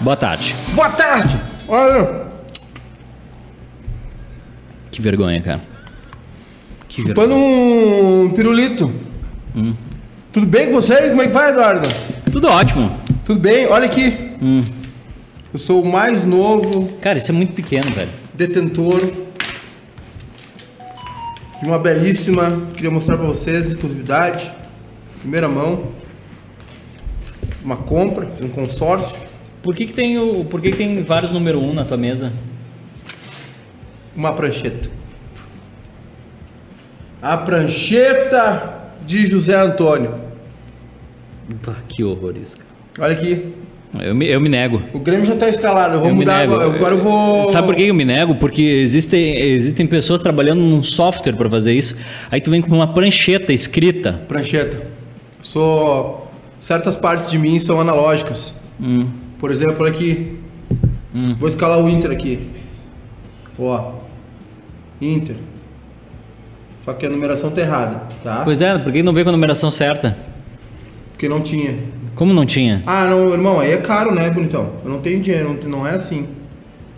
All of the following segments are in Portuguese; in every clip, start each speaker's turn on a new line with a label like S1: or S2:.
S1: Boa tarde.
S2: Boa tarde! Olha,
S1: Que vergonha, cara. Que
S2: chupando um pirulito. Tudo bem com vocês? Como é que vai, Eduardo?
S1: Tudo ótimo.
S2: Tudo bem? Olha aqui. Eu sou o mais novo
S1: Cara, isso é muito pequeno, velho.
S2: detentor de uma belíssima. Queria mostrar pra vocês, exclusividade, primeira mão. Uma compra, fiz um consórcio.
S1: Por que, que tem o. Por que, que tem vários número 1 um na tua mesa?
S2: uma prancheta. A prancheta de José Antônio.
S1: Bah, que horror isso, cara.
S2: Olha aqui.
S1: Eu me, eu me nego.
S2: O Grêmio já tá escalado. Eu vou
S1: Eu me
S2: mudar
S1: nego. é,
S2: agora. Agora eu vou.
S1: Sabe por que eu me nego? Porque existem, existem pessoas trabalhando num software pra fazer isso. Aí tu vem com uma prancheta escrita.
S2: Prancheta. Sou. Certas partes de mim são analógicas.
S1: Hum.
S2: Por exemplo, olha aqui. Vou escalar o Inter aqui. Ó. Inter. Só que a numeração tá errada, tá?
S1: Pois é, por que não veio com a numeração certa?
S2: Porque não tinha.
S1: Como não tinha?
S2: Ah, não, irmão, aí é caro, né, bonitão? Eu não tenho dinheiro, não, não é assim.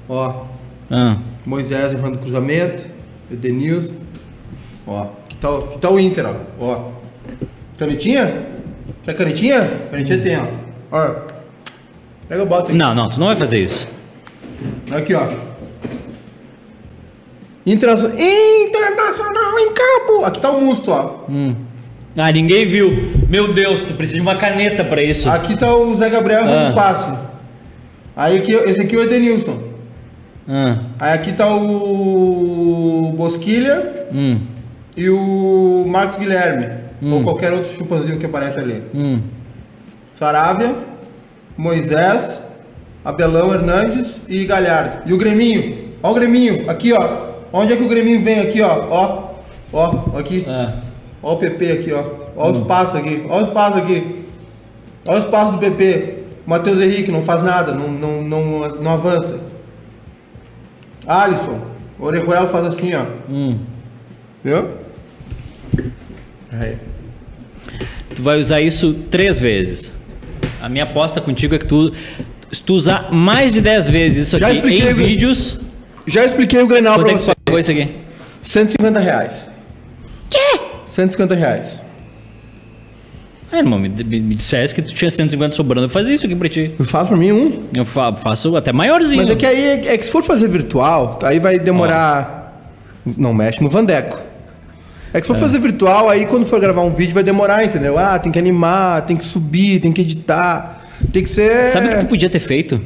S2: Ó,
S1: Ah,
S2: Moisés errando cruzamento, Edenilson. Ó, que tal, que tal o Inter, ó. ó. Canetinha? Quer canetinha? Canetinha tem, ó. Ó. Pega o bote aqui.
S1: não, não, tu não vai fazer isso.
S2: Aqui, ó. Interna- Internacional em campo! Aqui tá o Musto, ó.
S1: Ah, ninguém viu. Meu Deus, tu precisa de uma caneta pra isso.
S2: Aqui tá o Zé Gabriel errando
S1: Ah.
S2: passe. Aí aqui, esse aqui é o Edenilson.
S1: Ah,
S2: Aí aqui tá o Bosquilha
S1: hum,
S2: e o Marcos Guilherme. Ou qualquer outro chupanzinho que aparece ali.
S1: hum.
S2: Saravia, Moisés, Abelão Hernandes e Galhardo. E o Greminho. Ó o Greminho. Aqui, ó. Onde é que o Greminho vem aqui, ó? Ó. Ó, aqui.
S1: Ah.
S2: Ó o PP aqui, ó. Ó os passos aqui. Ó os passos aqui. Ó os passos do PP. Matheus Henrique não faz nada, não, não, não, não avança. Alisson. Orejuel faz assim, ó.
S1: Hum.
S2: Viu? Aí.
S1: Tu vai usar isso três vezes. A minha aposta contigo é que tu, se tu usar mais de 10 vezes isso
S2: Já
S1: aqui
S2: expliquei,
S1: em
S2: Igor.
S1: vídeos,
S2: Já expliquei o Grenal
S1: quanto
S2: pra
S1: é que
S2: vocês.
S1: pagou isso aqui?
S2: 150 reais. Quê? 150 reais.
S1: Ah, irmão, me, me, me dissesse que tu tinha 150 sobrando, eu fazia isso aqui pra ti.
S2: Tu Faz pra mim um.
S1: Eu fa- faço até maiorzinho.
S2: Mas é que aí, é é que se for fazer virtual, aí vai
S1: Ah.
S2: demorar. Não mexe no Vandeco. É que se for fazer virtual, aí quando for gravar um vídeo vai demorar, entendeu? Ah, tem que animar, tem que subir, tem que editar. Tem que ser.
S1: Sabe o que tu podia ter feito?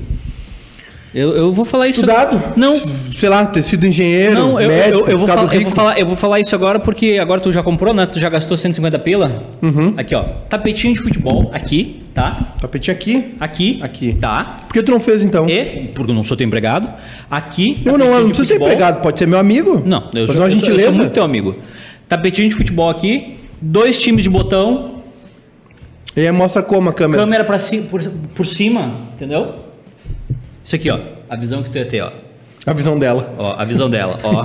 S1: Eu, eu vou falar isso. né?
S2: Estudado.
S1: Não,
S2: Sei lá, ter sido engenheiro,
S1: não, eu,
S2: médico,
S1: eu, eu, vou
S2: ficado
S1: falar, eu, vou
S2: rico.
S1: falar, eu vou falar isso agora porque agora tu já comprou, né? Tu já gastou 150 pila.
S2: Uhum.
S1: Aqui, ó. Tapetinho de futebol, aqui, tá?
S2: Tapetinho aqui.
S1: Aqui.
S2: Aqui.
S1: Tá.
S2: Por que tu não fez então?
S1: E, porque eu não sou teu empregado, aqui.
S2: Eu não,
S1: tapetinho
S2: não
S1: de
S2: precisa ser
S1: é futebol-
S2: empregado, pode ser meu amigo.
S1: Não, eu sou, eu
S2: Fazer uma
S1: sou- eu sou
S2: gentileza.
S1: muito teu amigo. Tapetinho de futebol aqui, dois times de botão,
S2: E aí mostra como a câmera.
S1: câmera pra ci- por, por cima, entendeu? Isso aqui, ó. A visão que tu ia ter, ó.
S2: A visão dela.
S1: Ó, a visão dela, ó.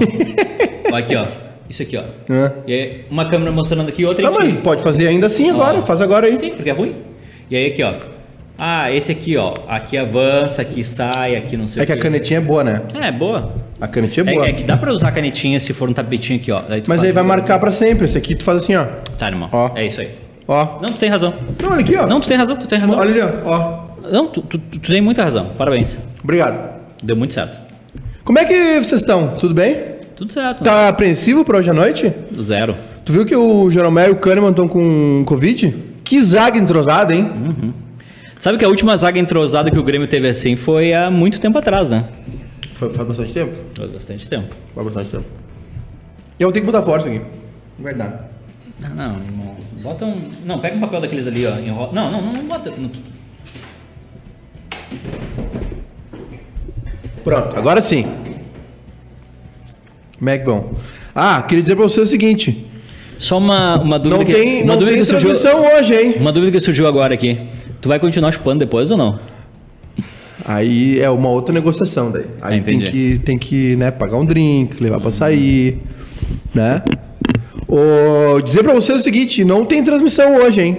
S1: ó aqui, ó. Isso aqui, ó.
S2: É.
S1: E aí, uma câmera mostrando aqui, outra
S2: Não,
S1: aqui.
S2: Ah, mas pode fazer ainda assim agora,
S1: Ó.
S2: faz agora aí.
S1: Sim, porque é ruim. E aí aqui, ó. Ah, esse aqui, ó. Aqui avança, aqui sai, aqui não sei
S2: É
S1: o
S2: que
S1: quê.
S2: a canetinha é boa, né?
S1: É, boa.
S2: A canetinha é boa.
S1: É, é que dá pra usar a canetinha se for um tapetinho aqui, ó. tu
S2: Mas
S1: faz- um
S2: aí vai marcar pra sempre. Esse aqui tu faz assim, ó.
S1: Tá, irmão.
S2: Ó.
S1: É isso aí.
S2: Ó.
S1: Não, tu tem razão.
S2: Não, olha aqui, ó.
S1: Não, tu tem razão, tu tem razão.
S2: Olha ali, ó. ó.
S1: Não, tu, tu, tu tem muita razão. Parabéns.
S2: Obrigado.
S1: Deu muito certo.
S2: Como é que vocês estão? Tudo bem?
S1: Tudo certo. né?
S2: Tá apreensivo pra hoje à noite?
S1: Zero.
S2: Tu viu que o Jeromel e o Kahneman estão com Covid? Que zaga entrosada, hein?
S1: Sabe que a última zaga entrosada que o Grêmio teve assim foi há muito tempo atrás, né?
S2: Foi, faz bastante tempo?
S1: Faz bastante tempo.
S2: Faz bastante tempo. Eu tenho que botar força aqui. Não vai dar.
S1: Ah, não, irmão. Bota um. Não, pega um papel daqueles ali, ó. Enrola... Não, não, não, não bota. não, tu-
S2: Pronto, agora sim. Como é que vão? Ah, queria dizer pra você o seguinte:
S1: Só uma, uma dúvida
S2: não
S1: que.
S2: tem,
S1: uma
S2: não
S1: dúvida
S2: tem
S1: que surgiu.
S2: transmissão hoje, hein?
S1: Uma dúvida que surgiu agora aqui. Tu vai continuar chupando depois ou não?
S2: Aí é uma outra negociação daí. Aí tem
S1: Entendi.
S2: que, tem que né, pagar um drink, levar pra sair, né? Ô, dizer pra você o seguinte: não tem transmissão hoje, hein?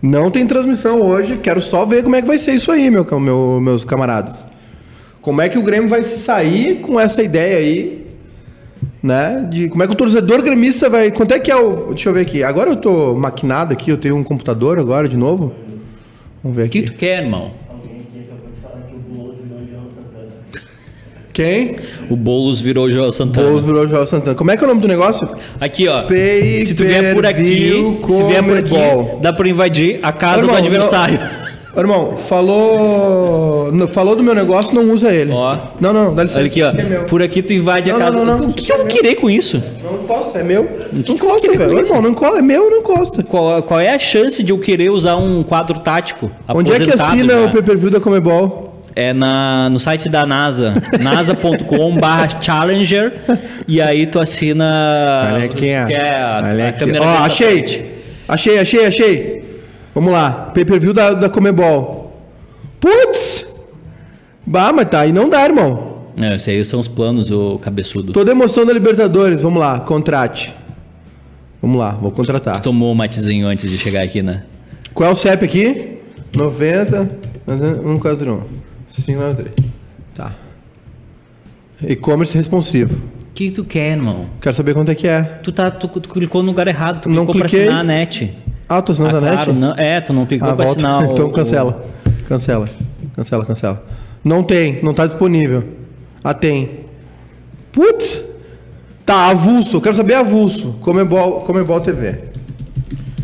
S2: Não tem transmissão hoje, quero só ver como é que vai ser isso aí, meu, ca- meu- meus camaradas. Como é que o Grêmio vai se sair com essa ideia aí, né? De como é que o torcedor gremista vai. Quanto é que é o. Deixa eu ver aqui. Agora eu tô maquinado aqui, eu tenho um computador agora de novo. Vamos ver
S1: O que
S2: aqui.
S1: tu quer, irmão?
S3: Alguém aqui acabou de falar que o Boulos virou o João Santana.
S2: Quem?
S1: O Boulos virou o Joel Santana.
S2: Boulos virou Joel Santana. Como é que é o nome do negócio?
S1: Aqui, ó.
S2: Pay
S1: se tu vier por
S2: per
S1: aqui,
S2: view
S1: se vier por
S2: Comebol.
S1: aqui, dá pra invadir a casa
S2: Irmão,
S1: do adversário.
S2: não- Irmão, falou. não, falou do meu negócio, não usa ele.
S1: Ó.
S2: Não, não, dá licença.
S1: Olha aqui, ó.
S2: Esse é meu.
S1: Por aqui tu invade
S2: Não,
S1: a casa.
S2: não, não, não.
S1: O que eu querer com isso?
S2: Não encosta, é meu.
S1: que
S2: Não encosta,
S1: que é
S2: velho.
S1: isso?
S2: Irmão, não encosta, é meu, não encosta.
S1: Qual, qual é a chance de eu querer usar um quadro tático?
S2: Onde é que
S1: Aposentado né?
S2: assina
S1: já.
S2: o pay-per-view da Comebol?
S1: É na, no site da NASA, nasa.com/challenger e aí tu assina.
S2: Olha aqui, ó.
S1: Que é a,
S2: Olha
S1: a
S2: aqui.
S1: câmera
S2: Ó,
S1: dessa frente.
S2: achei. Achei, achei, achei. Vamos lá. Pay-per-view da, da Comebol. Putz! Bah, mas tá, aí não dá, irmão.
S1: É, esses aí são os planos, o cabeçudo.
S2: Toda a emoção da Libertadores, vamos lá, contrate. Vamos lá, vou contratar.
S1: Tu tomou um matezinho antes de chegar aqui, né?
S2: Qual é o CEP aqui? um, 90 141 593. Tá. E-commerce responsivo.
S1: O que tu quer, irmão?
S2: Quero saber quanto é que é.
S1: Tu, tá, tu, tu clicou no lugar errado, tu
S2: Não
S1: clicou pra
S2: cliquei.
S1: assinar a net.
S2: Ah, tô assinando a net?
S1: claro, não, é, tu não clicou
S2: Ah,
S1: pra
S2: volta.
S1: assinar o...
S2: então cancela. Cancela. Cancela, cancela. Não tem, não tá disponível. Ah, tem. Putz! Tá, avulso. Eu quero saber avulso. Comebol, Comebol TV.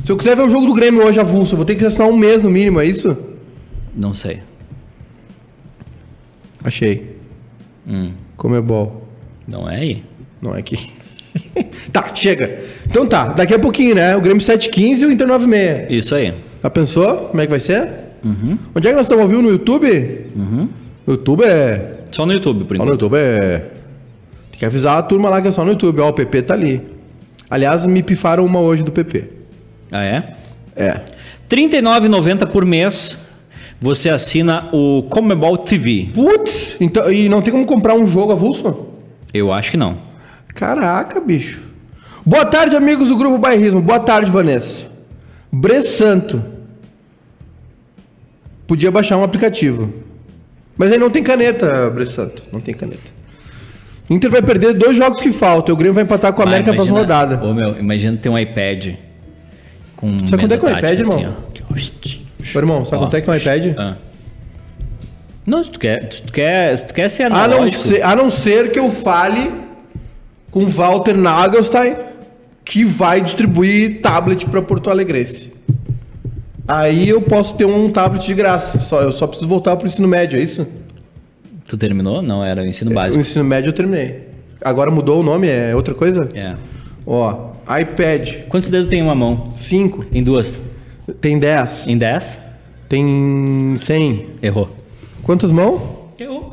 S2: Se eu quiser ver o jogo do Grêmio hoje avulso, eu vou ter que assinar um mês no mínimo, é isso?
S1: Não sei.
S2: Achei.
S1: Hum,
S2: Comebol.
S1: não é aí.
S2: Não é aqui. tá, chega. Então tá, daqui a pouquinho, né? O Grêmio 715 e o Inter 96.
S1: Isso aí.
S2: Já pensou como é que vai ser? Onde é que nós estamos ao vivo? No YouTube? No YouTube é.
S1: Só no YouTube, por
S2: Ó, no
S1: enquanto.
S2: YouTube é. Tem que avisar a turma lá que é só no YouTube. Ó, o PP tá ali. Aliás, me pifaram uma hoje do PP.
S1: Ah, é?
S2: É.
S1: R$ 39,90 por mês, você assina o Comebol TV.
S2: Putz! Então, e não tem como comprar um jogo avulso?
S1: Eu acho que não.
S2: Caraca, bicho. Boa tarde, amigos do Grupo Bairrismo. Boa tarde, Vanessa. Bre Santo. Podia baixar um aplicativo. Mas aí não tem caneta, Bre Santo. Não tem caneta. Inter vai perder dois jogos que faltam. O Grêmio vai empatar com o América na próxima rodada.
S1: Ô, meu, imagina ter um iPad com
S2: Sabe quanto
S1: mesa
S2: é que é um
S1: tática,
S2: iPad,
S1: assim,
S2: irmão?
S1: ó.
S2: Ô, irmão, sabe
S1: Ó.
S2: quanto é que é um iPad?
S1: Ah. Não, se tu quer, se tu quer, se tu quer ser
S2: A Ah, não,
S1: analógico,
S2: ser, a não ser que eu fale com Walter Nagelstein, que vai distribuir tablet para Porto Alegrense. Aí eu posso ter um tablet de graça. Só, eu só preciso voltar pro ensino médio, é isso?
S1: tu terminou? Não, era o ensino
S2: É, O
S1: básico.
S2: ensino médio eu terminei. Agora mudou o nome, é outra coisa?
S1: É.
S2: Ó, iPad
S1: Quantos dedos tem em uma mão?
S2: 5,
S1: Em duas?
S2: tem 10,
S1: Em dez?
S2: tem 100.
S1: Errou.
S2: Quantas mãos?
S1: Eu,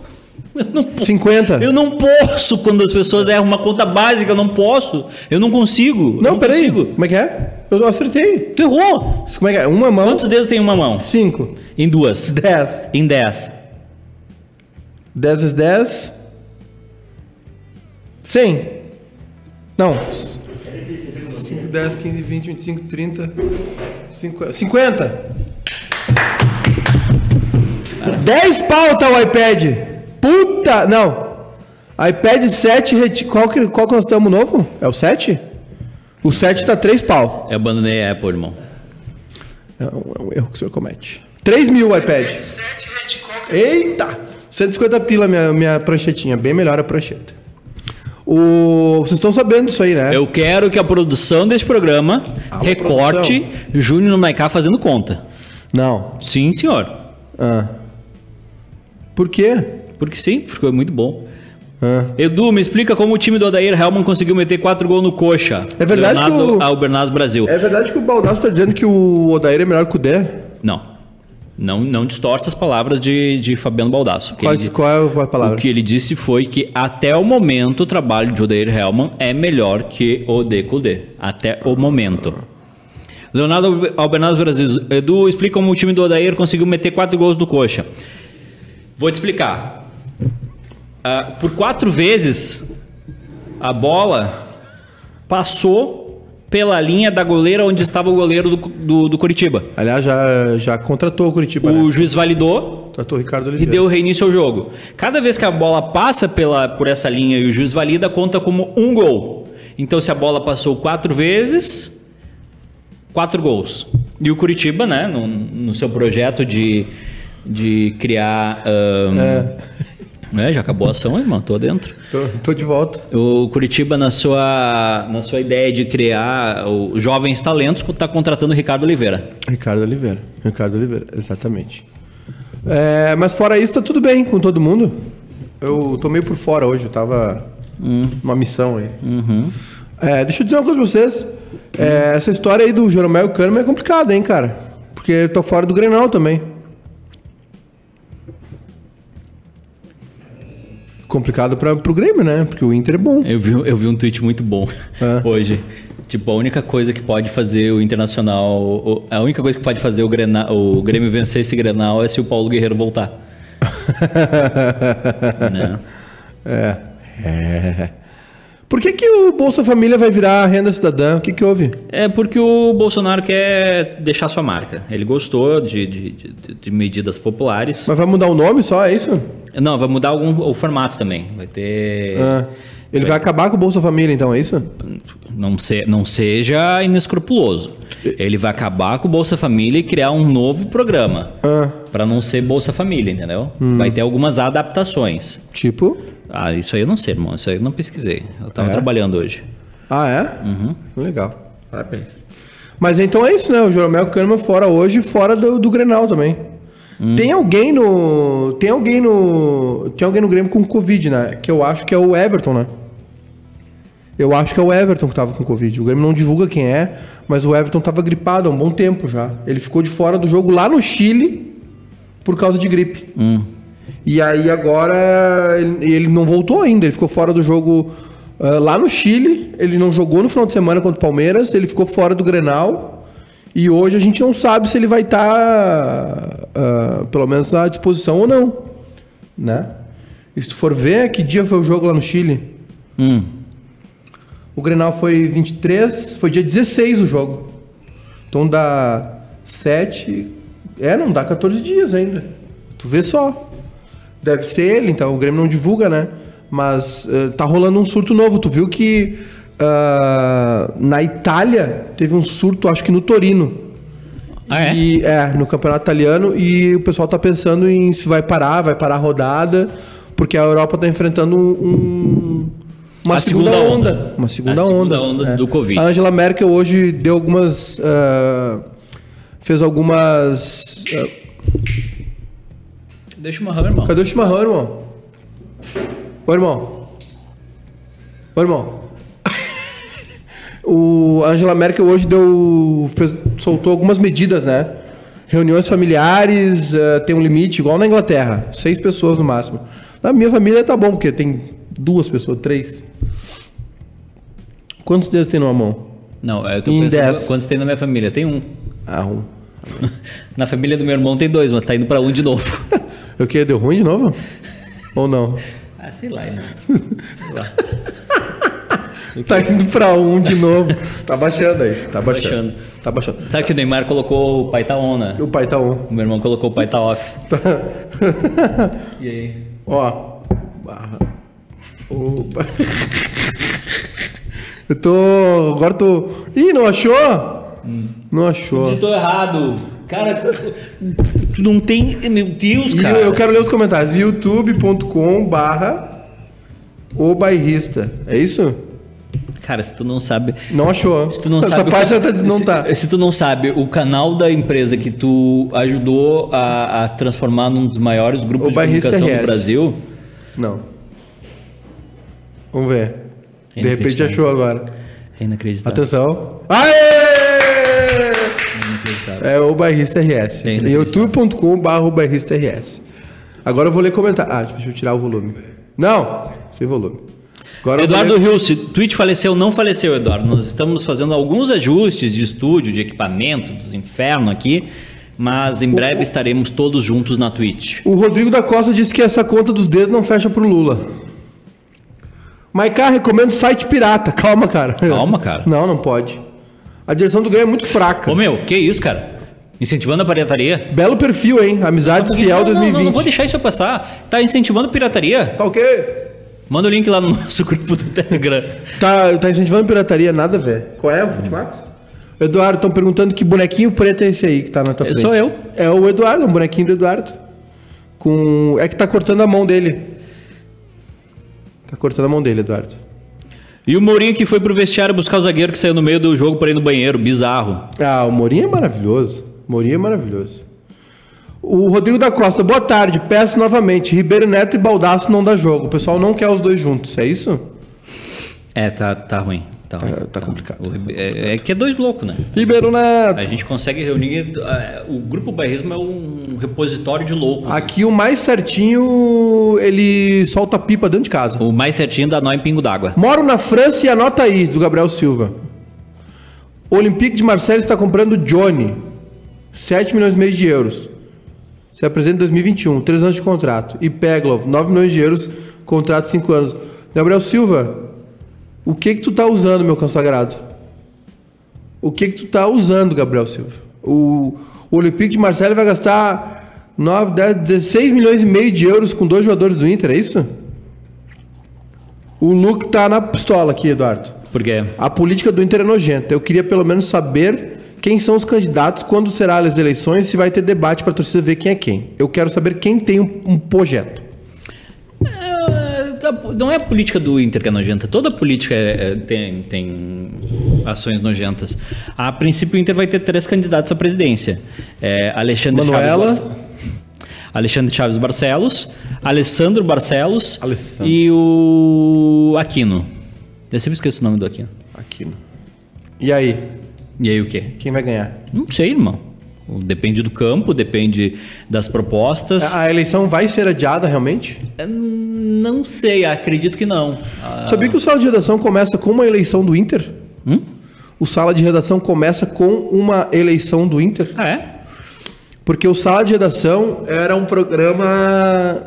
S1: eu não posso.
S2: 50.
S1: Eu não posso quando as pessoas erram uma conta básica, eu não posso. Eu não consigo. eu
S2: não, peraí.
S1: consigo.
S2: Como é que é? Eu acertei.
S1: Tu errou.
S2: Como é que é? Uma mão,
S1: Quantos dedos tem em uma mão?
S2: 5,
S1: Em duas.
S2: 10.
S1: Em dez.
S2: 10 vezes 10. 100. Não. 5, 10, 15, 20, 25, 30. 50. 50. 10 pauta tá o iPad. Puta. Não. iPad 7. reti- Qual que, qual que nós estamos novo? É o 7? O 7 tá 3 pau.
S1: Eu abandonei a Apple, irmão.
S2: É um, é um erro que o senhor comete. 3 mil o iPad. Eita! 150 pila minha, minha pranchetinha. Bem melhor a prancheta. O... Vocês estão sabendo disso aí, né?
S1: Eu quero que a produção deste programa
S2: Alô,
S1: recorte Júnior no Maiká fazendo conta.
S2: Não.
S1: Sim, senhor.
S2: Ah. Por quê?
S1: Porque sim, ficou muito bom.
S2: Ah.
S1: Edu, me explica como o time do Odair Helman conseguiu meter quatro gols no coxa.
S2: É verdade que
S1: Leonardo
S2: o-
S1: Albernaz Brasil.
S2: É verdade que o Baldassi tá dizendo que o Odair é melhor que o Dé?
S1: Não. Não, não distorce as palavras de, de Fabiano Baldasso. que
S2: Qual,
S1: ele-
S2: qual é a
S1: O
S2: palavra?
S1: que ele disse foi que até o momento o trabalho de Odair Hellman é melhor que o de Kudê. Até o momento. Leonardo Albernaz Brasil, Edu, explica como o time do Odair conseguiu meter quatro gols do Coxa. Vou te explicar. Ah, por quatro vezes, a bola passou pela linha da goleira onde estava o goleiro do, do, do Curitiba.
S2: Aliás, já, já contratou o Curitiba,
S1: O
S2: né?
S1: juiz validou
S2: Contratou o Ricardo
S1: e
S2: Oliveira.
S1: deu reinício ao jogo. Cada vez que a bola passa pela, por essa linha e o juiz valida, conta como um gol. Então, se a bola passou quatro vezes, quatro gols. E o Curitiba, né, no, no seu projeto de, de criar. ahn,
S2: É,
S1: né, já acabou a ação, irmão, tô dentro.
S2: tô, tô de volta.
S1: O Curitiba, na sua, na sua ideia de criar os jovens talentos, está contratando o Ricardo Oliveira.
S2: Ricardo Oliveira. Ricardo Oliveira, exatamente. É, mas fora isso, tá tudo bem com todo mundo. Eu tô meio por fora hoje, eu tava numa missão aí. É, deixa eu dizer uma coisa pra vocês. É, essa história aí do Jeromel e o Kahneman é complicada, hein, cara? Porque eu tô fora do Grenal também. Complicado pra, pro Grêmio, né? Porque o Inter é bom.
S1: Eu vi, eu vi um tweet muito bom
S2: Ah.
S1: hoje. Tipo, a única coisa que pode fazer o Internacional. o- a única coisa que pode fazer o, Grena- o Grêmio vencer esse Grenal é se o Paulo Guerreiro voltar. né?
S2: É. É. Por que, que o Bolsa Família vai virar renda cidadã? O que, que houve?
S1: É porque o Bolsonaro quer deixar sua marca. Ele gostou de, de, de- de medidas populares.
S2: Mas vai mudar o nome só, é isso?
S1: Não, vai mudar algum, o formato também. Vai ter.
S2: Ah, Ele vai acabar com o Bolsa Família, então, é isso?
S1: É. Não, se- não seja inescrupuloso. Ele vai acabar com o Bolsa Família e criar um novo programa.
S2: Ah,
S1: Pra não ser Bolsa Família, entendeu? Vai ter algumas adaptações.
S2: tipo.
S1: Ah, isso aí eu não sei, irmão. Isso aí eu não pesquisei. Eu tava trabalhando hoje.
S2: Ah, é? Legal. Parabéns. Mas então é isso, né? O Joromel Kahneman fora hoje, fora do, do Grenal também. Tem alguém no. Tem alguém no. Tem alguém no Grêmio com Covid, né? Que eu acho que é o Everton, né? Eu acho que é o Everton que tava com Covid. O Grêmio não divulga quem é, mas o Everton tava gripado há um bom tempo já. Ele ficou de fora do jogo lá no Chile por causa de gripe.
S1: Hum,
S2: E aí agora ele, ele não voltou ainda, ele ficou fora do jogo ah, lá no Chile, ele não jogou no final de semana contra o Palmeiras, ele ficou fora do Grenal. E hoje a gente não sabe se ele vai estar, pelo menos, à disposição ou não. Né? E se tu for ver, que dia foi o jogo lá no Chile?
S1: Hum.
S2: O Grenal foi 23, foi dia 16 o jogo. Então dá 7. É, não dá 14 dias ainda. Tu vê só. Deve ser ele, então o Grêmio não divulga, né? Mas eh, tá rolando um surto novo. Tu viu que ah, na Itália teve um surto, acho que no Torino.
S1: Ah, é?
S2: E, é, no campeonato italiano. E o pessoal tá pensando em se vai parar, vai parar a rodada. Porque a Europa tá enfrentando um. Uma
S1: A
S2: segunda,
S1: segunda
S2: onda.
S1: onda.
S2: Uma segunda
S1: A
S2: onda. É.
S1: segunda onda do Covid.
S2: A Angela Merkel hoje deu algumas. ah, fez algumas. ah,
S1: Deixa uma rama, irmão.
S2: Cadê o chimarrão, irmão? Ô, irmão. Ô, irmão. o a Angela Merkel hoje deu, fez- soltou algumas medidas, né? Reuniões familiares, eh, tem um limite, igual na Inglaterra. Seis pessoas no máximo. Na minha família tá bom, porque tem duas pessoas, três. Quantos dedos tem numa mão?
S1: Não, é, eu tô
S2: Em
S1: pensando
S2: dez.
S1: quantos tem na minha família. Tem um.
S2: Ah, um.
S1: Na família do meu irmão tem dois, mas tá indo pra um de novo.
S2: O quê? Deu ruim de novo? Ou não?
S1: ah, sei lá, irmão.
S2: Tá indo pra um de novo. Tá baixando aí. Tá baixando. Tá baixando.
S1: Sabe que o Neymar colocou o pai tá on, né?
S2: O pai tá um.
S1: O meu irmão colocou o pai tá off. E aí?
S2: Ó. Barra. Opa. Eu tô. Agora tô. Ih, não achou?
S1: Hum.
S2: Não achou.
S1: Digitou errado. Cara, tu- tu não tem. Meu Deus,
S2: E
S1: cara.
S2: eu quero ler os comentários. youtube.com barra o bairrista. É isso?
S1: Cara, se tu não sabe.
S2: Não achou.
S1: Se tu não
S2: Essa
S1: sabe o
S2: parte
S1: ca-
S2: já tá- não
S1: se,
S2: tá.
S1: se tu não sabe o canal da empresa que tu ajudou a, a transformar num dos maiores grupos
S2: O
S1: de
S2: Barrista
S1: comunicação
S2: RS.
S1: do Brasil.
S2: Não. Vamos ver.
S1: É
S2: De repente
S1: inacreditável.
S2: achou agora.
S1: É inacreditável.
S2: Atenção. Aê! É o bairrista RS.
S1: É inacreditável.
S2: youtube.com.br bairrista RS. Agora eu vou ler comentário. Ah, deixa eu tirar o volume. Não! Sem volume. Agora eu vou
S1: Eduardo
S2: ler-
S1: Rio, se Twitch faleceu, não faleceu, Eduardo. Nós estamos fazendo alguns ajustes de estúdio, de equipamento, dos inferno aqui. Mas em breve estaremos todos juntos na Twitch.
S2: O Rodrigo da Costa disse que essa conta dos dedos não fecha pro Lula. Maiká, recomendo site pirata. Calma, cara.
S1: Calma, cara.
S2: Não, não pode. A direção do Grêmio é muito fraca.
S1: Ô meu, que isso, cara? Incentivando a pirataria?
S2: Belo perfil, hein? Amizade
S1: não,
S2: Fiel
S1: não, Não,
S2: 2020.
S1: não vou deixar isso passar. Tá incentivando pirataria?
S2: Tá o quê?
S1: Manda o link lá no nosso grupo do Telegram.
S2: Tá, tá incentivando pirataria, nada, velho. Qual é, Futimax? Eduardo, estão perguntando que bonequinho preto é esse aí que tá na tua
S1: Eu
S2: frente.
S1: sou eu.
S2: É o Eduardo, um bonequinho do Eduardo. Com... É que tá cortando a mão dele. Tá cortando a mão dele, Eduardo.
S1: E o Mourinho que foi pro vestiário buscar o zagueiro que saiu no meio do jogo pra ir no banheiro. Bizarro.
S2: Ah, o Mourinho é maravilhoso. Mourinho é maravilhoso. O Rodrigo da Costa, boa tarde. Peço novamente, Ribeiro Neto e Baldaço não dá jogo. O pessoal não quer os dois juntos, é isso?
S1: É, tá, tá ruim. Tá, ruim,
S2: tá complicado.
S1: O Ribe- É, é que é dois loucos, né?
S2: Ribeiro
S1: A
S2: Neto.
S1: gente consegue reunir. é, O grupo bairrismo é um repositório de loucos.
S2: Aqui o mais certinho, ele solta pipa dentro de casa.
S1: O mais certinho dá nó em pingo d'água.
S2: Moro na França e anota aí, diz o Gabriel Silva. O Olympique de Marseille está comprando Johnny. 7 milhões e meio de euros. Se apresenta em 2021, 3 um, anos de contrato. E Peglov, 9 milhões de euros, contrato 5 anos. Gabriel Silva, o que que tu tá usando, meu consagrado? O que que tu tá usando, Gabriel Silva? O, o Olympique de Marseille vai gastar 9, 10, 16 milhões e meio de euros com dois jogadores do Inter, é isso? O Luke tá na pistola aqui, Eduardo.
S1: Porque
S2: A política do Inter é nojenta. Eu queria pelo menos saber quem são os candidatos, quando será as eleições, se vai ter debate para a torcida ver quem é quem. Eu quero saber quem tem um, um projeto.
S1: é, não é a política do Inter que é nojenta. Toda política é- é- tem, tem ações nojentas. A princípio, o Inter vai ter três candidatos à presidência: É, Alexandre
S2: Manuela.
S1: Chaves. Barce- Alexandre Chaves Barcelos, Alessandro Barcelos
S2: Alessandro.
S1: e o Aquino. Eu sempre esqueço o nome do Aquino.
S2: Aqui. E aí,
S1: E aí o quê?
S2: quem vai ganhar?
S1: Não sei, irmão. Depende do campo, depende das propostas.
S2: A a eleição vai ser adiada realmente?
S1: Eu Não sei, acredito que não. Ah,
S2: Sabia que o sala de redação começa com uma eleição do Inter?
S1: Hum?
S2: O sala de redação começa com uma eleição do Inter?
S1: Ah, é?
S2: Porque o Sala de Redação era um programa,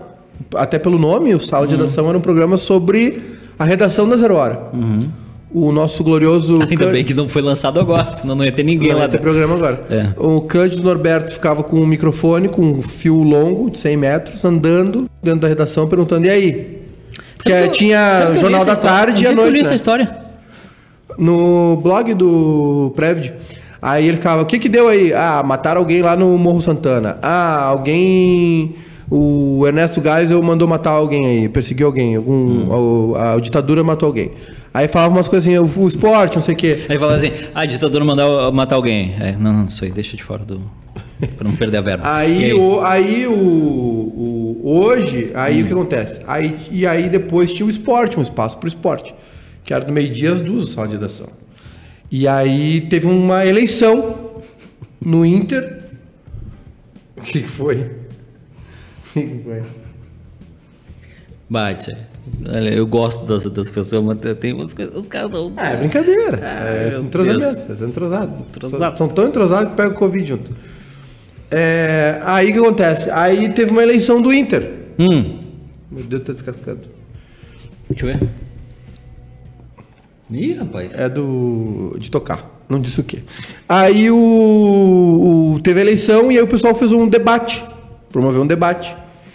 S2: até pelo nome, o Sala de
S1: Uhum.
S2: Redação era um programa sobre a redação da Zero Hora. O nosso glorioso...
S1: Uhum. Ainda
S2: Cân-
S1: bem que não foi lançado agora, senão não ia ter ninguém
S2: Então, Não,
S1: lá.
S2: vai ter programa agora.
S1: É.
S2: O Cândido Norberto ficava com um microfone, com um fio longo de 100 metros, andando dentro da redação, perguntando, e aí?
S1: Sabe que
S2: Porque
S1: eu- sabe que
S2: tinha
S1: eu li
S2: Jornal
S1: essa
S2: da
S1: história?
S2: Tarde e à
S1: Onde é que Eu li
S2: noite,
S1: essa
S2: né?
S1: história.
S2: no blog do Previd. Aí ele ficava, o que que deu aí? Ah, mataram alguém lá no Morro Santana. Ah, alguém... O Ernesto Geisel mandou matar alguém aí, perseguiu alguém, algum, a, a ditadura matou alguém. Aí falava umas coisas assim, o, o esporte, não sei o quê.
S1: Aí falava assim: ah, a ditadura mandou matar alguém. É, não, não, isso aí, deixa de fora do. pra não perder a verba. E
S2: Aí, o, aí o, o- Hoje, aí o que acontece? Aí, e aí depois tinha o esporte, um espaço pro esporte. Que era do meio-dia às duas, sala de redação. E aí teve uma eleição no Inter. O que que foi? O que que foi?
S1: Bate. Olha, eu gosto das, das pessoas, mas tem umas coisas. Os caras não.
S2: Ah, é brincadeira. é
S1: meu
S2: entrosamento. Eles são entrosados.
S1: Entrosado.
S2: São, são tão entrosados que pegam Covid junto. É, aí o que acontece? Aí teve uma eleição do Inter.
S1: Hum.
S2: Meu Deus, tá descascando.
S1: Deixa eu ver. Ih, rapaz.
S2: É do. de tocar. Não disse o quê. Aí o, o- Teve eleição e aí o pessoal fez um debate. Promoveu um debate.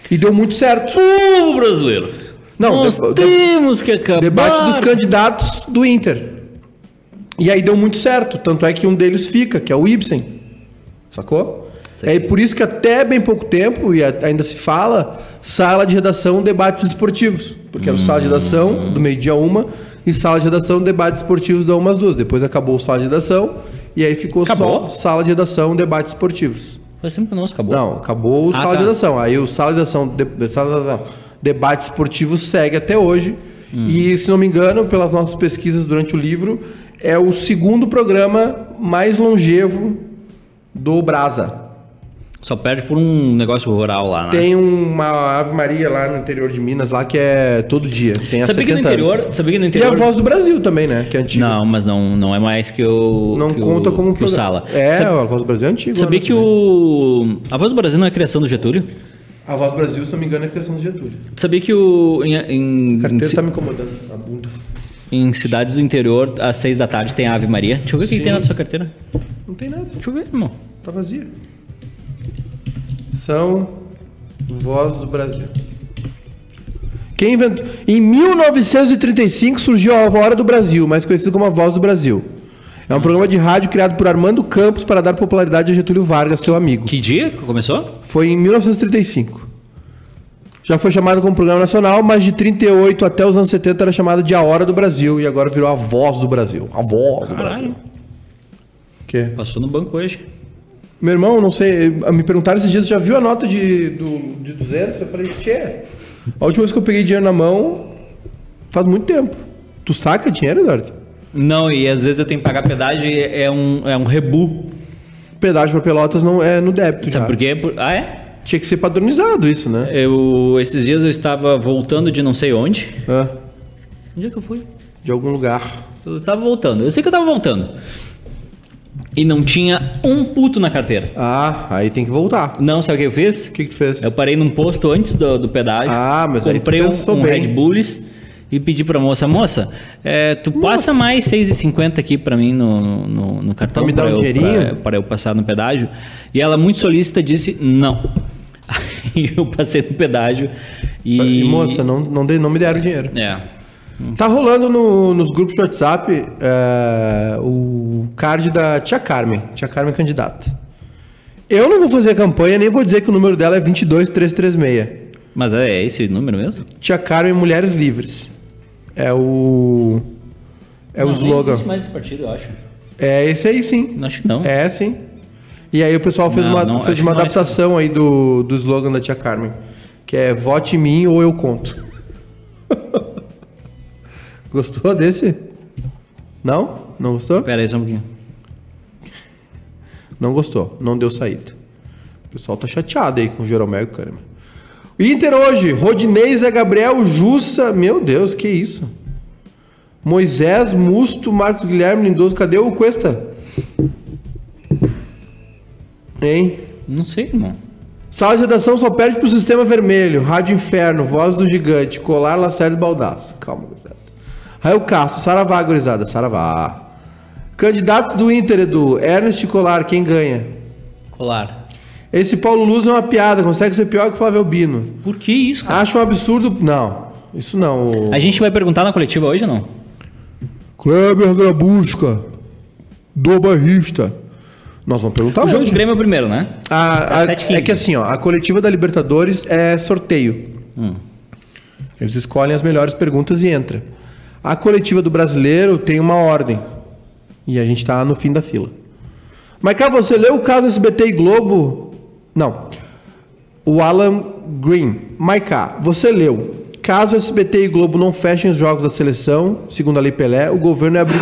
S2: E deu muito certo.
S1: Povo Uh, brasileiro.
S2: Não,
S1: nós
S2: deba-
S1: temos que acabar.
S2: Debate dos candidatos do Inter. E aí deu muito certo. Tanto é que um deles fica, que é o Ibsen. Sacou?
S1: Sei.
S2: É por isso que até bem pouco tempo, e a- ainda se fala, sala de redação, debates esportivos. Porque era o sala de redação do meio-dia a uma e sala de redação, debates esportivos da uma às duas. Depois acabou o sala de redação e aí ficou só
S1: Acabou?
S2: sala de redação, debates esportivos.
S1: Faz tempo que não, acabou.
S2: Não, acabou o
S1: Ah,
S2: sala
S1: tá.
S2: de redação. Aí o sala de redação, de, sala de redação, debate esportivo segue até hoje.
S1: Hum.
S2: E, se não me engano, pelas nossas pesquisas durante o livro, é o segundo programa mais longevo do Brasa.
S1: Só perde por um negócio rural lá, né?
S2: Tem uma Ave Maria lá no interior de Minas, lá que é todo dia. Tem há
S1: Sabia que no
S2: 70 anos.
S1: interior- sabia que no
S2: E
S1: interior-
S2: a voz do Brasil também, né? Que é antiga.
S1: Não, mas não, não é mais que o.
S2: Não
S1: que
S2: conta
S1: o,
S2: como
S1: que o
S2: programa.
S1: Sala.
S2: É,
S1: Sab-
S2: a voz do Brasil é antiga.
S1: sabia
S2: né?
S1: que o. A Voz do Brasil não é criação do Getúlio?
S2: A voz do
S1: Hum,
S2: Brasil, se não me engano, é a criação do Getúlio.
S1: Sabia que o. Em, em-
S2: A carteira
S1: em-
S2: tá me incomodando, a bunda.
S1: Em cidades do interior, às seis da tarde tem a Ave Maria. Deixa eu ver o que, que tem
S2: Sim.
S1: na sua carteira.
S2: Não tem nada.
S1: Deixa eu ver, irmão.
S2: Tá vazia. São Voz do Brasil. Quem inventou? Em 1935 surgiu a Hora do Brasil, mais conhecida como a Voz do Brasil. É um programa de rádio criado por Armando Campos para dar popularidade a Getúlio Vargas, seu amigo.
S1: Que dia que começou?
S2: Foi em 1935. Já foi chamado como programa nacional, mas de 38 até os anos 70 era chamada de A Hora do Brasil e agora virou a Voz do Brasil. A Voz do Brasil.
S1: Caralho.
S2: Que?
S1: Passou no banco hoje.
S2: Meu irmão, não sei, me perguntaram esses dias, já viu a nota de, do, de 200? Eu falei, tchê, a última vez que eu peguei dinheiro na mão faz muito tempo. Tu saca dinheiro, Eduardo?
S1: Não, e às vezes eu tenho que pagar pedágio e é um, é um rebu.
S2: Pedágio pra Pelotas não é no débito
S1: Sabe
S2: já.
S1: por quê? Por- Ah, é?
S2: Tinha que ser padronizado isso, né?
S1: Eu, esses dias eu estava voltando de não sei onde.
S2: Hã?
S1: Onde é que eu fui?
S2: de algum lugar.
S1: Eu tava voltando. Eu sei que eu tava voltando. E não tinha um puto na carteira.
S2: Ah, aí tem que voltar.
S1: Não, sabe o que eu fiz?
S2: O que, que tu fez?
S1: Eu parei num posto antes do, do pedágio.
S2: Ah, mas aí tu
S1: comprei um-
S2: pensou
S1: um,
S2: bem.
S1: Red Bulls e pedi pra moça, moça, é, tu passa mais 6,50 aqui pra mim no, no, no cartão
S2: Pra me dar
S1: pra
S2: um
S1: eu,
S2: dinheirinho?
S1: pra- pra eu passar no pedágio. E ela muito solícita disse não. Aí eu passei no pedágio e,
S2: E, moça, não, não, dei- não me deram dinheiro.
S1: é.
S2: Tá rolando no- nos grupos de WhatsApp é, o card da Tia Carmen. Tia Carmen candidata. Eu não vou fazer campanha, nem vou dizer que o número dela é 22336.
S1: Mas é esse número mesmo?
S2: Tia Carmen Mulheres Livres. É o. É o
S1: Não, nem
S2: slogan.
S1: existe mais esse partido, eu acho.
S2: É esse aí sim.
S1: Acho que não.
S2: É sim. E aí o pessoal fez
S1: Não,
S2: uma,
S1: não,
S2: fez
S1: acho
S2: uma
S1: que não é esse
S2: adaptação aí do, do slogan da Tia Carmen. Que é Vote em mim ou eu conto. Gostou desse? Não? Não gostou?
S1: Pera aí só um pouquinho.
S2: Não gostou, não deu saída. O pessoal tá chateado aí com o Jeromel cara. Inter hoje, Rodinei, Zé Gabriel, Jussa, meu Deus, que isso? Moisés, Musto, Marcos Guilherme, Lindoso, cadê o Cuesta? Hein?
S1: Não sei, irmão.
S2: Sala de redação só perde pro Sistema Vermelho, Rádio Inferno, Voz do Gigante, Colar, Lacerda e Baldaço. Calma, gurizada. Rael Castro, Saravá, gurizada, Saravá. Candidatos do Inter, Edu, Ernest e Colar, quem ganha?
S1: Colar.
S2: Esse Paulo Luz é uma piada, consegue ser pior que o Flávio Albino.
S1: Por que isso, cara?
S2: Acho um absurdo. Não, isso não.
S1: A gente vai perguntar na coletiva hoje ou não?
S2: Kleber Grabusca, do barrista. Nós vamos perguntar
S1: o jogo
S2: Ah, hoje.
S1: do Grêmio é o primeiro, né?
S2: A- a-
S1: às 7h15.
S2: é que assim, ó, a coletiva da Libertadores é sorteio. Eles escolhem as melhores perguntas e entra. A coletiva do brasileiro tem uma ordem. E a gente tá no fim da fila. Mas cara, você leu o caso SBT e Globo? Não. O Alan Green. Maiká, você leu. Caso SBT e Globo não fechem os jogos da seleção, segundo a Lei Pelé, o governo é abrir.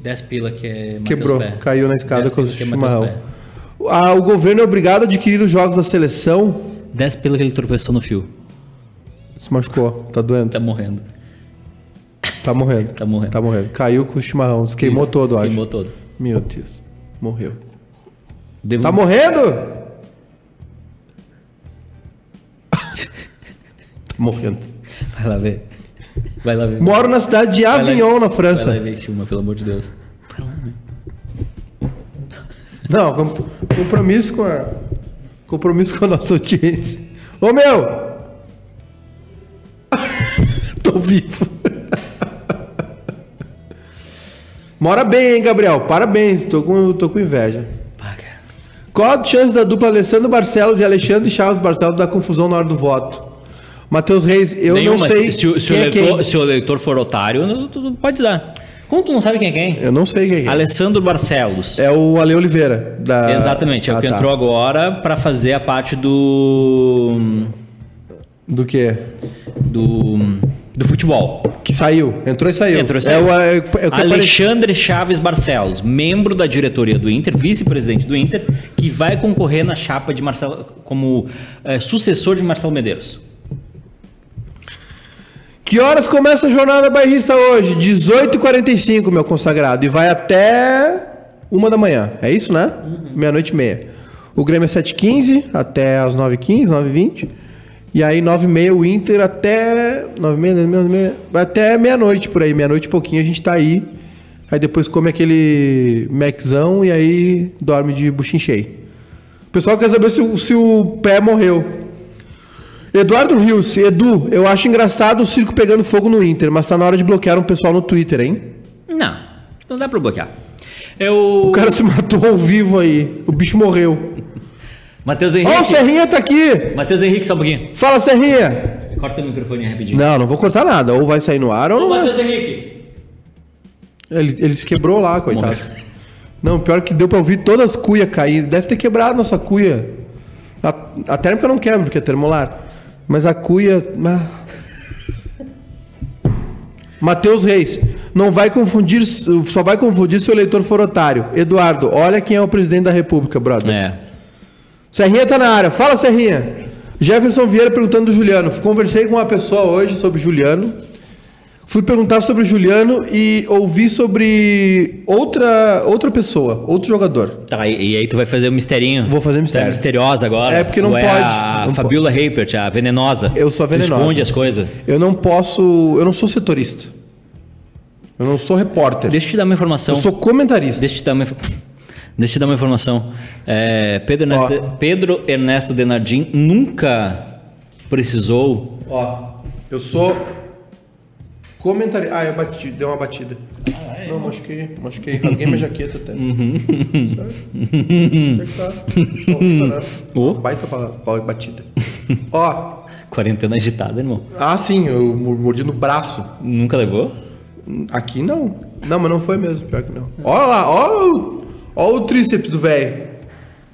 S1: 10 pila que é Matheus
S2: Quebrou,
S1: Pé.
S2: caiu na escada
S1: 10
S2: com o
S1: pila que é Matheus
S2: chimarrão.
S1: Pé.
S2: Ah, o governo é obrigado a adquirir os jogos da seleção.
S1: 10 pila que ele tropeçou no fio.
S2: Se machucou, tá doendo,
S1: Tá morrendo.
S2: tá morrendo.
S1: Tá morrendo.
S2: Tá morrendo. Caiu com o chimarrão, se queimou todo,
S1: Queimou Hum.
S2: acho. Tá
S1: todo.
S2: Meu Deus, morreu.
S1: Devo...
S2: Tá morrendo? tá morrendo.
S1: Vai lá ver. Vai lá ver.
S2: Moro na cidade de
S1: lá-
S2: Avignon, na
S1: Vai lá
S2: França.
S1: ver e filma, pelo amor de Deus.
S2: Não, com- compromisso com a. Compromisso com a nossa audiência. Ô meu! Tô vivo. Mora bem, hein, Gabriel? Parabéns, tô com, tô com inveja.
S1: Ah, cara.
S2: Qual a chance da dupla Alessandro Barcelos e Alexandre Chaves Barcelos dar confusão na hora do voto? Matheus Reis, eu não
S1: Nenhuma.
S2: sei.
S1: Se, se o- se o
S2: quem é
S1: leitor,
S2: quem.
S1: se o leitor for otário, não- tu- tu pode dar. Como tu não sabe quem é quem?
S2: Eu não sei quem é. quem.
S1: Alessandro Barcelos.
S2: É o Ale Oliveira. Da...
S1: Exatamente, é o
S2: Ah,
S1: que
S2: tá.
S1: entrou agora pra fazer a parte do.
S2: Do quê?
S1: do. do futebol.
S2: Que saiu. Entrou e saiu.
S1: Entrou e
S2: É
S1: saiu.
S2: o, é, é o que apareceu.
S1: Alexandre Chaves Barcelos, membro da diretoria do Inter, vice-presidente do Inter, que vai concorrer na chapa de Marcelo como eh, sucessor de Marcelo Medeiros.
S2: Que horas começa a jornada bairrista hoje? 18h45, meu consagrado. E vai até uma da manhã. É isso, né? Meia-noite e meia. O Grêmio é 7h15 até as 9h15, 9h20. E aí, 9h30 o Inter até. 9h30, 9h30, vai até meia-noite por aí, meia-noite e pouquinho a gente tá aí. Aí depois come aquele Maczão e aí dorme de buchinchei. O pessoal quer saber se, o- se o pé morreu. Eduardo Rios, Edu, eu acho engraçado o circo pegando fogo no Inter, mas tá na hora de bloquear um pessoal no Twitter, hein?
S1: Não, não dá pra bloquear. É Eu.
S2: O cara se matou ao vivo aí. O bicho morreu.
S1: Matheus
S2: Ó, o
S1: Henrique.
S2: Serrinha tá aqui!
S1: Matheus Henrique, só um pouquinho.
S2: Fala, Serrinha!
S1: Corta o microfone aí rapidinho.
S2: Não, não vou cortar nada. Ou vai sair no ar ou
S1: Ô,
S2: não é. vai.
S1: Matheus Henrique.
S2: Ele, ele se quebrou lá, coitado.
S1: Morreu.
S2: Não, pior que deu pra ouvir todas as cuias cair. Deve ter quebrado nossa cuia. A, a térmica não quebra, porque é termolar. Mas a cuia. ah. Matheus Reis. Não vai confundir. Só vai confundir se o eleitor for otário. Eduardo, olha quem é o presidente da República, brother.
S1: É.
S2: Serrinha tá na área. Fala, Serrinha. Jefferson Vieira perguntando do Juliano. Conversei com uma pessoa hoje sobre o Juliano. Fui perguntar sobre o Juliano e ouvi sobre outra, outra pessoa, outro jogador.
S1: Tá, e, e aí tu vai fazer um misterinho.
S2: Vou fazer um
S1: Tu
S2: mistério.
S1: É misteriosa agora.
S2: É, porque não
S1: Tu é
S2: pode.
S1: A
S2: Não
S1: Fabiola Rapert, a venenosa.
S2: Eu sou a
S1: Tu
S2: venenosa.
S1: Esconde as coisas.
S2: Eu não posso. Eu não sou setorista. Eu não sou repórter.
S1: Deixa eu te dar uma informação.
S2: Eu sou comentarista.
S1: Deixa eu te dar uma, inf- deixa eu te dar uma informação. É, Pedro,
S2: Ó.
S1: Ernesto, Pedro Ernesto Denardim nunca precisou.
S2: Ó, eu sou comentarista. Ah, eu bati, deu uma batida. não, machuquei, machuquei. Rasguei minha jaqueta até. é tá? Sabe?
S1: Ô.
S2: Um Baita pra, pra batida. Ó,
S1: Quarentena agitada, irmão.
S2: ah, sim, eu mor- mordi no braço.
S1: Nunca levou?
S2: Aqui não. Não, mas não foi mesmo, pior que não. Olha lá, ó, o- ó o tríceps do velho.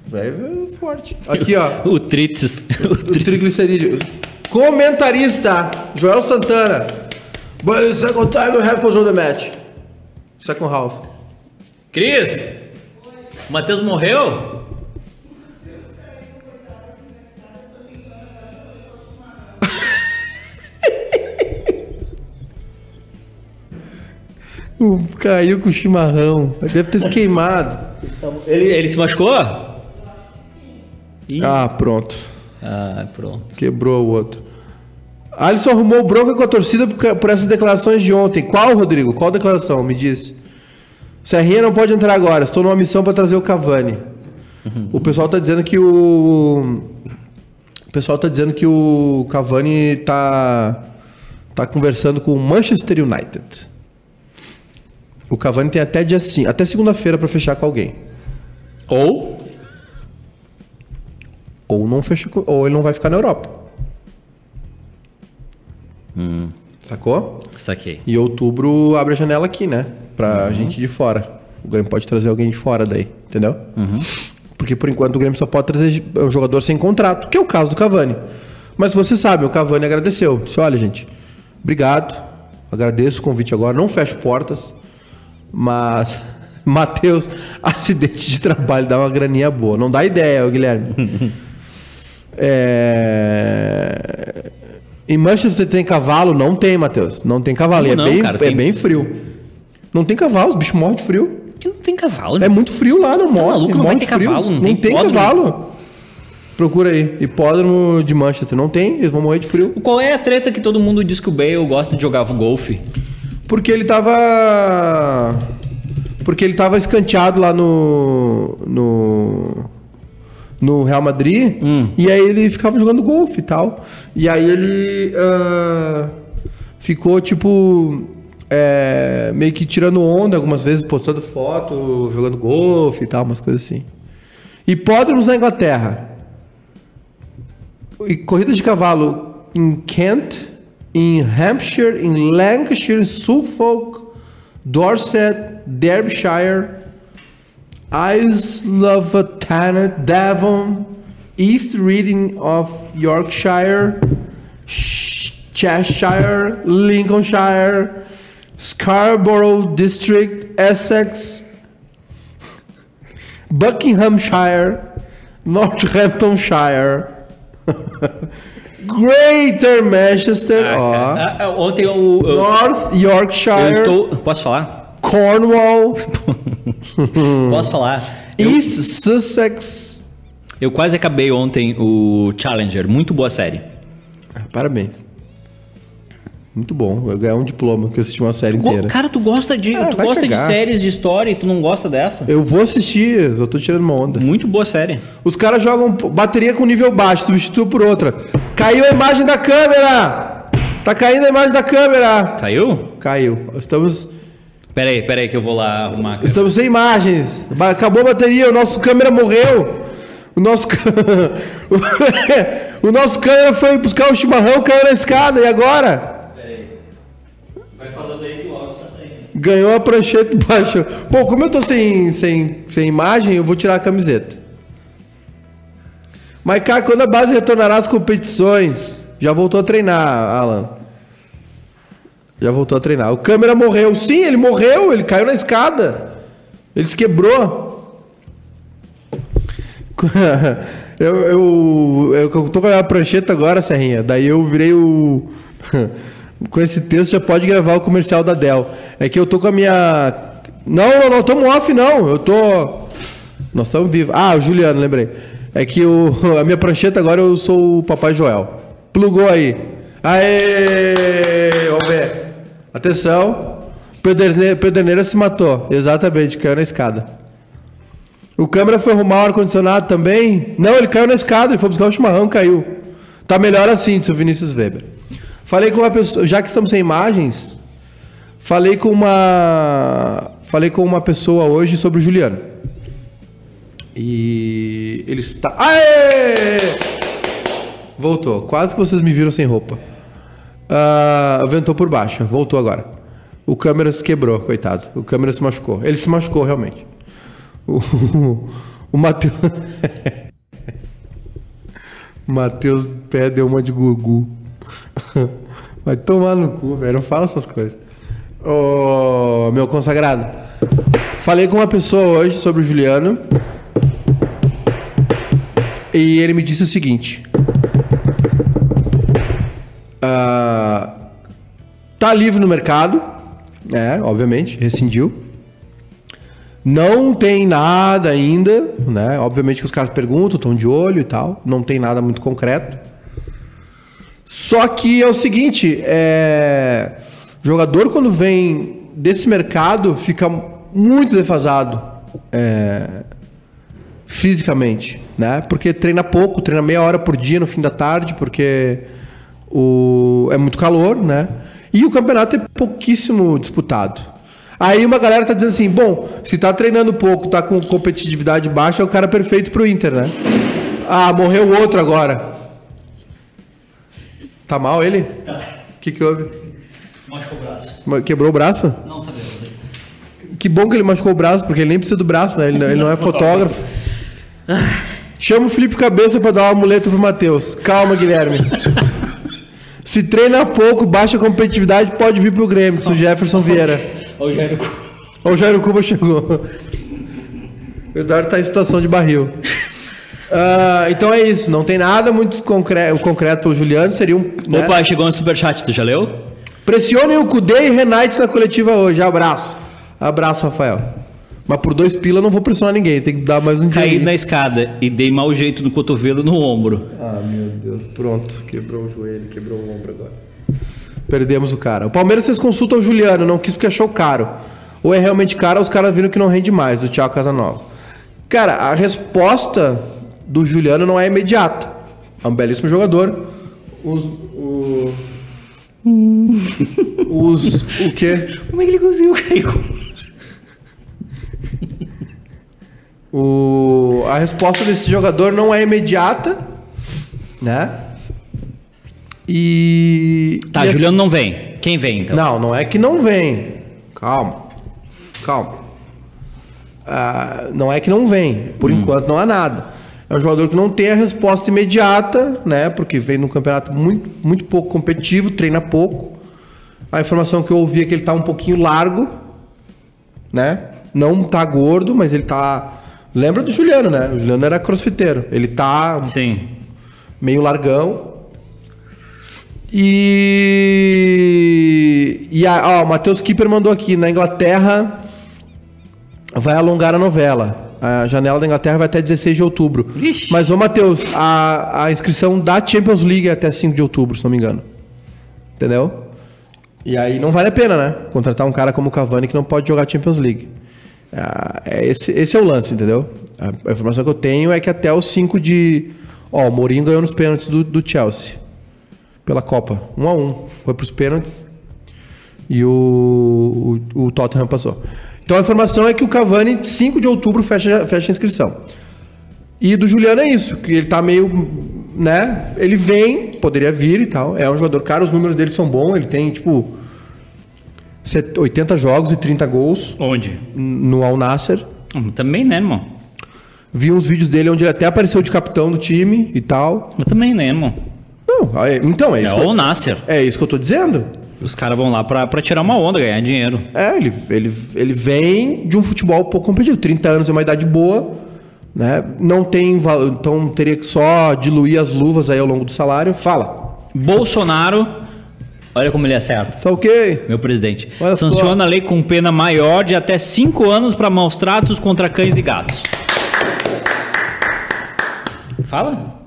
S2: Velho é forte. Aqui, ó.
S1: O Tritis. o
S2: O triglicerídeo. Comentarista, Joel Santana. But the second time we have control the match. Second half.
S1: Cris! O Matheus morreu?
S2: Uh, caiu com o chimarrão. Deve ter se queimado.
S1: Ele, ele se machucou?
S2: Ah, pronto.
S1: Ah, pronto.
S2: Quebrou o outro. Alisson arrumou bronca com a torcida por ca- por essas declarações de ontem. Qual, Rodrigo? Qual declaração? Me diz. Serrinha não pode entrar agora. Estou numa missão para trazer o Cavani. O pessoal tá dizendo que o. O pessoal tá dizendo que o Cavani tá. tá conversando com o Manchester United. O Cavani tem até dia 5, até segunda-feira para fechar com alguém.
S1: Ou?
S2: Ou não fecha com- ou ele não vai ficar na Europa. Sacou?
S1: Saquei.
S2: E outubro abre a janela aqui, né? Pra gente de fora. O Grêmio pode trazer alguém de fora daí, entendeu? Porque por enquanto o Grêmio só pode trazer um jogador sem contrato, que é o caso do Cavani. Mas você sabe, o Cavani agradeceu. Disse, olha, gente, obrigado. Agradeço o convite agora. Não fecho portas. Mas, Matheus, acidente de trabalho dá uma graninha boa. Não dá ideia, ô, Guilherme. é... Em Manchester tem cavalo? Não tem, Matheus. Não tem cavalo. E
S1: Como
S2: é,
S1: não,
S2: bem,
S1: cara?
S2: é
S1: Tem-
S2: bem frio. Não tem cavalo, os bichos morrem de frio.
S1: Que não tem cavalo, né?
S2: É muito frio lá, não morre.
S1: maluco? Não
S2: morre
S1: vai
S2: de
S1: ter cavalo, não
S2: não,
S1: tem
S2: tem,
S1: hipódromo?
S2: cavalo. Procura aí. Hipódromo de Manchester. Não tem, eles vão morrer de frio.
S1: Qual é a treta que todo mundo diz que o Bale gosta de jogar golfe?
S2: Porque ele tava. Porque ele tava escanteado lá no. No. No Real Madrid. E aí ele ficava jogando golfe e tal. E aí ele. ah, ficou tipo. é, meio que tirando onda algumas vezes, postando foto, jogando golfe e tal, umas coisas assim. Hipódromos na Inglaterra. E corridas de cavalo em Kent, em Hampshire, em Lancashire, Suffolk, Dorset, Derbyshire, Islavatan, Devon, East Reading of Yorkshire, Sh- Cheshire, Lincolnshire, Scarborough District, Essex, Buckinghamshire, Northamptonshire, Greater Manchester, ó,
S1: Ah, ah, ontem eu, eu,
S2: North
S1: eu
S2: Yorkshire,
S1: estou. Posso falar?
S2: Cornwall, Hum.
S1: Posso falar? Eu,
S2: East Sussex.
S1: eu quase acabei ontem o Challenger. Muito boa série.
S2: Parabéns. Muito bom. Vai ganhar um diploma que eu assisti uma série
S1: Go-
S2: inteira.
S1: Cara, tu gosta de,
S2: Ah,
S1: tu
S2: vai
S1: gosta
S2: cagar.
S1: de séries de história e tu não gosta dessa?
S2: Eu vou assistir, só tô tirando uma onda.
S1: Muito boa série.
S2: Os caras jogam bateria com nível baixo, substitui por outra. Caiu a imagem da câmera! Tá caindo a imagem da câmera!
S1: Caiu?
S2: Caiu. Estamos,
S1: Pera aí, pera aí que eu vou lá arrumar. cara.
S2: estamos sem imagens. Ba- Acabou a bateria, o nosso câmera morreu. O nosso, cã- o nosso câmera foi buscar o chimarrão, caiu na escada. E agora?
S1: Vai falando aí que o áudio tá saindo.
S2: Ganhou a prancheta e baixou. Pô, como eu tô sem, sem, sem imagem, eu vou tirar a camiseta. Mas, cara, quando a base retornará às competições? Já voltou a treinar, Alan. Já voltou a treinar. O câmera morreu. Sim, ele morreu. Ele caiu na escada. Ele se quebrou. Eu, eu, eu, eu tô com a prancheta agora, Serrinha. Daí eu virei o. Com esse texto já pode gravar o comercial da Dell. É que eu tô com a minha. Não, não, não tamo off, não. Eu tô. Nós estamos vivos. Ah, o Juliano, lembrei. É que o, a minha prancheta agora eu sou o Papai Joel. Plugou aí. Aê! Vamos ver. Atenção. Pederneira, Pederneira se matou. Exatamente, caiu na escada. O câmera foi arrumar o ar-condicionado também? Não, ele caiu na escada, ele foi buscar o chimarrão, caiu. Tá melhor assim, disse o Vinícius Weber. Falei com uma pessoa, já que estamos sem imagens, falei com uma falei com uma pessoa hoje sobre o Juliano. E ele está. Aê! Voltou. Quase que vocês me viram sem roupa. Ah, ventou por baixo. Voltou agora. O câmera se quebrou, coitado. O câmera se machucou. Ele se machucou realmente. O, o Matheus. Matheus Pé deu uma de Gugu. Vai tomar no cu, velho. Não fala essas coisas. Ô, meu consagrado. Falei com uma pessoa hoje sobre o Juliano. E ele me disse o seguinte. Ah, tá livre no mercado. É, obviamente, rescindiu. Não tem nada ainda, né? Obviamente que os caras perguntam, estão de olho e tal. Não tem nada muito concreto. Só que é o seguinte, é... jogador quando vem desse mercado fica muito defasado é, fisicamente, né? Porque treina pouco, treina meia hora por dia no fim da tarde, porque o... é muito calor, né? E o campeonato é pouquíssimo disputado. Aí uma galera tá dizendo assim, bom, se tá treinando pouco, tá com competitividade baixa, é o cara perfeito pro Inter, né? Ah, morreu outro agora. Tá mal ele? O que, que houve?
S1: Machucou o braço.
S2: Ma- Quebrou o braço?
S1: Não sabemos aí.
S2: Que bom que ele machucou o braço, porque ele nem precisa do braço, né? Ele, não- ele não é fotógrafo. Chama o Felipe Cabeça pra dar uma amuleta pro Matheus. Calma, Guilherme. Se treina pouco, baixa competitividade, pode vir pro Grêmio, disse o Jefferson Vieira.
S1: Ô, Jairo,
S2: Ó, o Jairo Cuba chegou. O Eduardo tá em situação de barril. Ah, então é isso, não tem nada muito concre o concreto pro Juliano, seria um. né?
S1: Opa, chegou um superchat, tu já leu?
S2: Pressionem o Kudê e Renate na coletiva hoje. Abraço. Abraço, Rafael. Mas por dois pila eu não vou pressionar ninguém. Tem que dar mais um
S1: Caí
S2: dinheiro.
S1: na escada e dei mau jeito no cotovelo e no ombro.
S2: Ah, meu Deus. Pronto. Quebrou o joelho, quebrou o ombro agora. Perdemos o cara. O Palmeiras vocês consultam o Juliano. Não quis porque achou caro. Ou é realmente caro ou os caras viram que não rende mais. O Thiago Casanova. Cara, a resposta do Juliano não é imediata. É um belíssimo jogador. Os... O... Os... O quê?
S1: Hum. Como é que ele conseguiu cair com...
S2: O- a resposta desse jogador não é imediata, né? E.
S1: Tá,
S2: e assim-
S1: Juliano não vem. Quem vem, então?
S2: Não, não é que não vem. Calma. Calma. Ah, não é que não vem. Por enquanto não há nada. É um jogador que não tem a resposta imediata, né? Porque vem num campeonato muito, muito pouco competitivo, treina pouco. A informação que eu ouvi é que ele tá um pouquinho largo, né? Não tá gordo, mas ele tá. Lembra do Juliano, né? O Juliano era crossfiteiro. Ele tá um
S1: Sim.
S2: meio largão. E. E a, ó, o Matheus Kipper mandou aqui: na Inglaterra vai alongar a novela. A janela da Inglaterra vai até 16 de outubro. Mas, ô Matheus, a, a inscrição da Champions League é até 5 de outubro, se não me engano. Entendeu? E aí não vale a pena, né? Contratar um cara como o Cavani que não pode jogar Champions League. Ah, é esse, esse é o lance, entendeu? A, a informação que eu tenho é que até os 5 de. Ó, o Mourinho ganhou nos pênaltis do, do Chelsea. Pela Copa. 1 um a 1 um. Foi pros pênaltis. E o, o, o Tottenham passou. Então a informação é que o Cavani, 5 de outubro, fecha, fecha a inscrição. E do Juliano é isso, que ele tá meio. né? Ele vem, poderia vir e tal. É um jogador caro, os números dele são bons. Ele tem, tipo. set- 80 jogos e 30 gols
S1: Onde?
S2: n- no Al Nasser.
S1: Hum, Também, né, irmão?
S2: Vi uns vídeos dele onde ele até apareceu de capitão do time e tal.
S1: Eu também, né, irmão?
S2: Não, aí- então é
S1: É
S2: isso. que eu-
S1: o Nasser.
S2: é isso que eu tô dizendo.
S1: Os caras vão lá pra, pra tirar uma onda, ganhar dinheiro.
S2: É, ele, ele, ele vem de um futebol pouco competitivo. 30 anos é uma idade boa, né? Não tem valor, então teria que só diluir as luvas aí ao longo do salário. Fala.
S1: Bolsonaro, olha como ele acerta.
S2: Tá ok?
S1: Meu presidente.
S2: Olha só.
S1: sanciona a lei com pena maior de até 5 anos para maus tratos contra cães e gatos. Fala?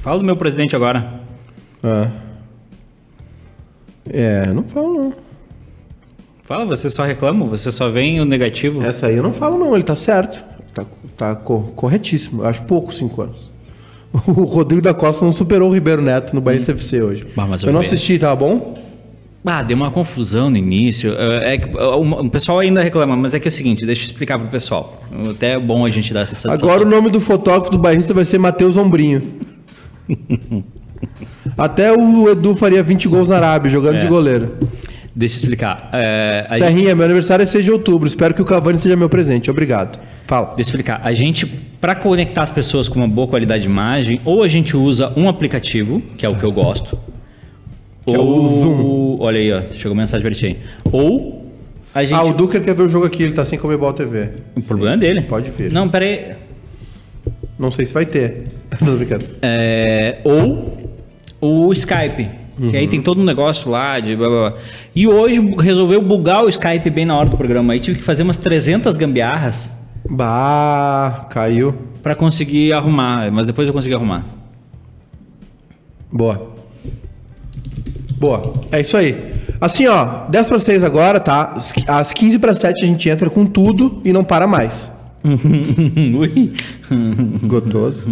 S1: Fala do meu presidente agora.
S2: É, eu não falo
S1: Fala, você só reclama, você só vem o negativo.
S2: não. Essa aí eu não falo não, ele tá certo. Tá, tá co- corretíssimo. Eu Acho pouco cinco anos. O Rodrigo da Costa não superou o Ribeiro Neto no Bahia CFC hoje.
S1: Hum. Bah, mas
S2: eu não
S1: o Ribeiro-
S2: assisti, tá bom?
S1: Ah, deu uma confusão no início. É, é que, é, um- o pessoal ainda reclama, mas é que é o seguinte, deixa eu explicar pro pessoal. Até é bom a gente dar essa satisfação.
S2: Agora o nome do fotógrafo do bairrista vai ser Matheus Ombrinho. Até o Edu faria 20 gols na Arábia, jogando
S1: É.
S2: de goleiro.
S1: Deixa eu explicar. É, a gente-
S2: Serrinha, meu aniversário é 6 de outubro. Espero que o Cavani seja meu presente. Obrigado. Fala.
S1: Deixa eu explicar. A gente, para conectar as pessoas com uma boa qualidade de imagem, ou a gente usa um aplicativo, que é o que eu gosto.
S2: Que é o Zoom.
S1: Olha aí, ó, chegou mensagem pra ti aí. Ou a gente.
S2: Ah, o Duker quer ver o jogo aqui, ele tá sem Comebol TV.
S1: o problema é dele.
S2: pode vir.
S1: Não, peraí.
S2: Não sei se vai ter. Tô brincando.
S1: É, ou o Skype. Que
S2: Uhum.
S1: aí tem todo um negócio lá de blá, blá, blá. E hoje resolveu bugar o Skype bem na hora do programa. Aí tive que fazer umas 300 gambiarras
S2: Bah, caiu.
S1: para conseguir arrumar. Mas depois eu consegui arrumar.
S2: Boa. Boa. É isso aí. Assim, ó, 10 para 6 agora, tá? Às qui- Às 15 para 7 a gente entra com tudo e não para mais.
S1: Ui.
S2: Gotoso.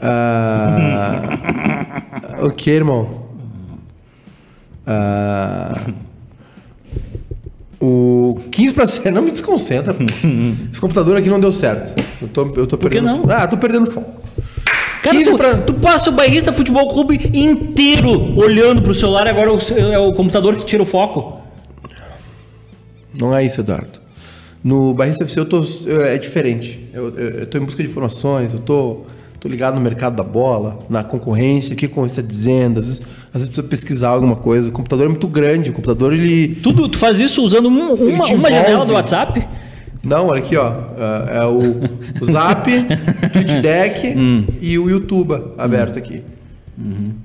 S2: Ah, o que, irmão? Ah, o 15 para 7. Não me desconcentra. pô. Esse computador aqui não deu certo. Eu tô, eu tô
S1: que
S2: perdendo.
S1: não?
S2: fo- Ah, tô perdendo fome.
S1: Cara,
S2: 15
S1: tu,
S2: pra-
S1: tu passa o Bairrista Futebol Clube inteiro olhando pro celular, agora o ce- é o computador que tira o foco.
S2: Não é isso, Eduardo. No BRCFC eu tô. eu- é diferente. Eu, eu, eu tô em busca de informações, eu tô, tô ligado no mercado da bola, na concorrência, o que a concorrência tá dizendo. Às vezes, às vezes precisa pesquisar alguma coisa. O computador é muito grande, o computador ele.
S1: Tudo, tu faz isso usando um- uma,
S2: te
S1: uma
S2: envolve.
S1: janela do WhatsApp?
S2: Não, olha aqui, ó. Ah, É o Zap, o Twitch Deck e o YouTube aberto aqui.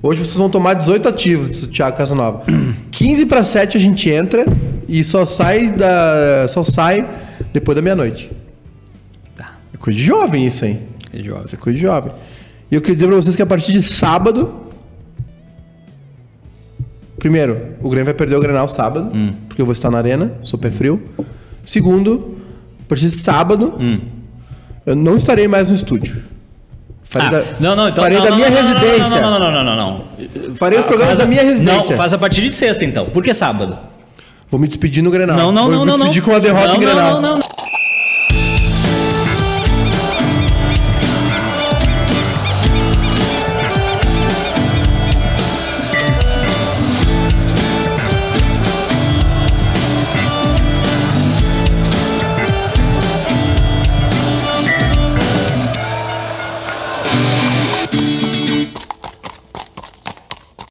S2: Hoje vocês vão tomar 18 ativos, disse o Thiago Casanova. 15 para 7 a gente entra e só sai da só sai depois da meia-noite.
S1: Tá.
S2: É coisa de jovem isso, hein? Isso é coisa de jovem. E eu queria dizer pra vocês que a partir de sábado. Primeiro, o Grêmio vai perder o Grenal sábado,
S1: Hum.
S2: porque eu vou estar na arena, sou pé frio. Segundo, a partir de sábado,
S1: Hum.
S2: eu não estarei mais no estúdio. Farei
S1: Ah,
S2: É da-
S1: não, não, então.
S2: Farei
S1: não,
S2: da
S1: não,
S2: minha
S1: não, não, não,
S2: residência.
S1: Não, não, não, não, não, não. não.
S2: Farei os
S1: Ah,
S2: programas
S1: faz
S2: da
S1: a-
S2: minha residência.
S1: Não, faz a partir de sexta então. Por que sábado?
S2: Vou me despedir no Grenal.
S1: Não, não,
S2: Ah, vou
S1: não,
S2: me
S1: não.
S2: despedir
S1: não.
S2: com uma derrota
S1: não,
S2: em Grenal.
S1: Não, não, não.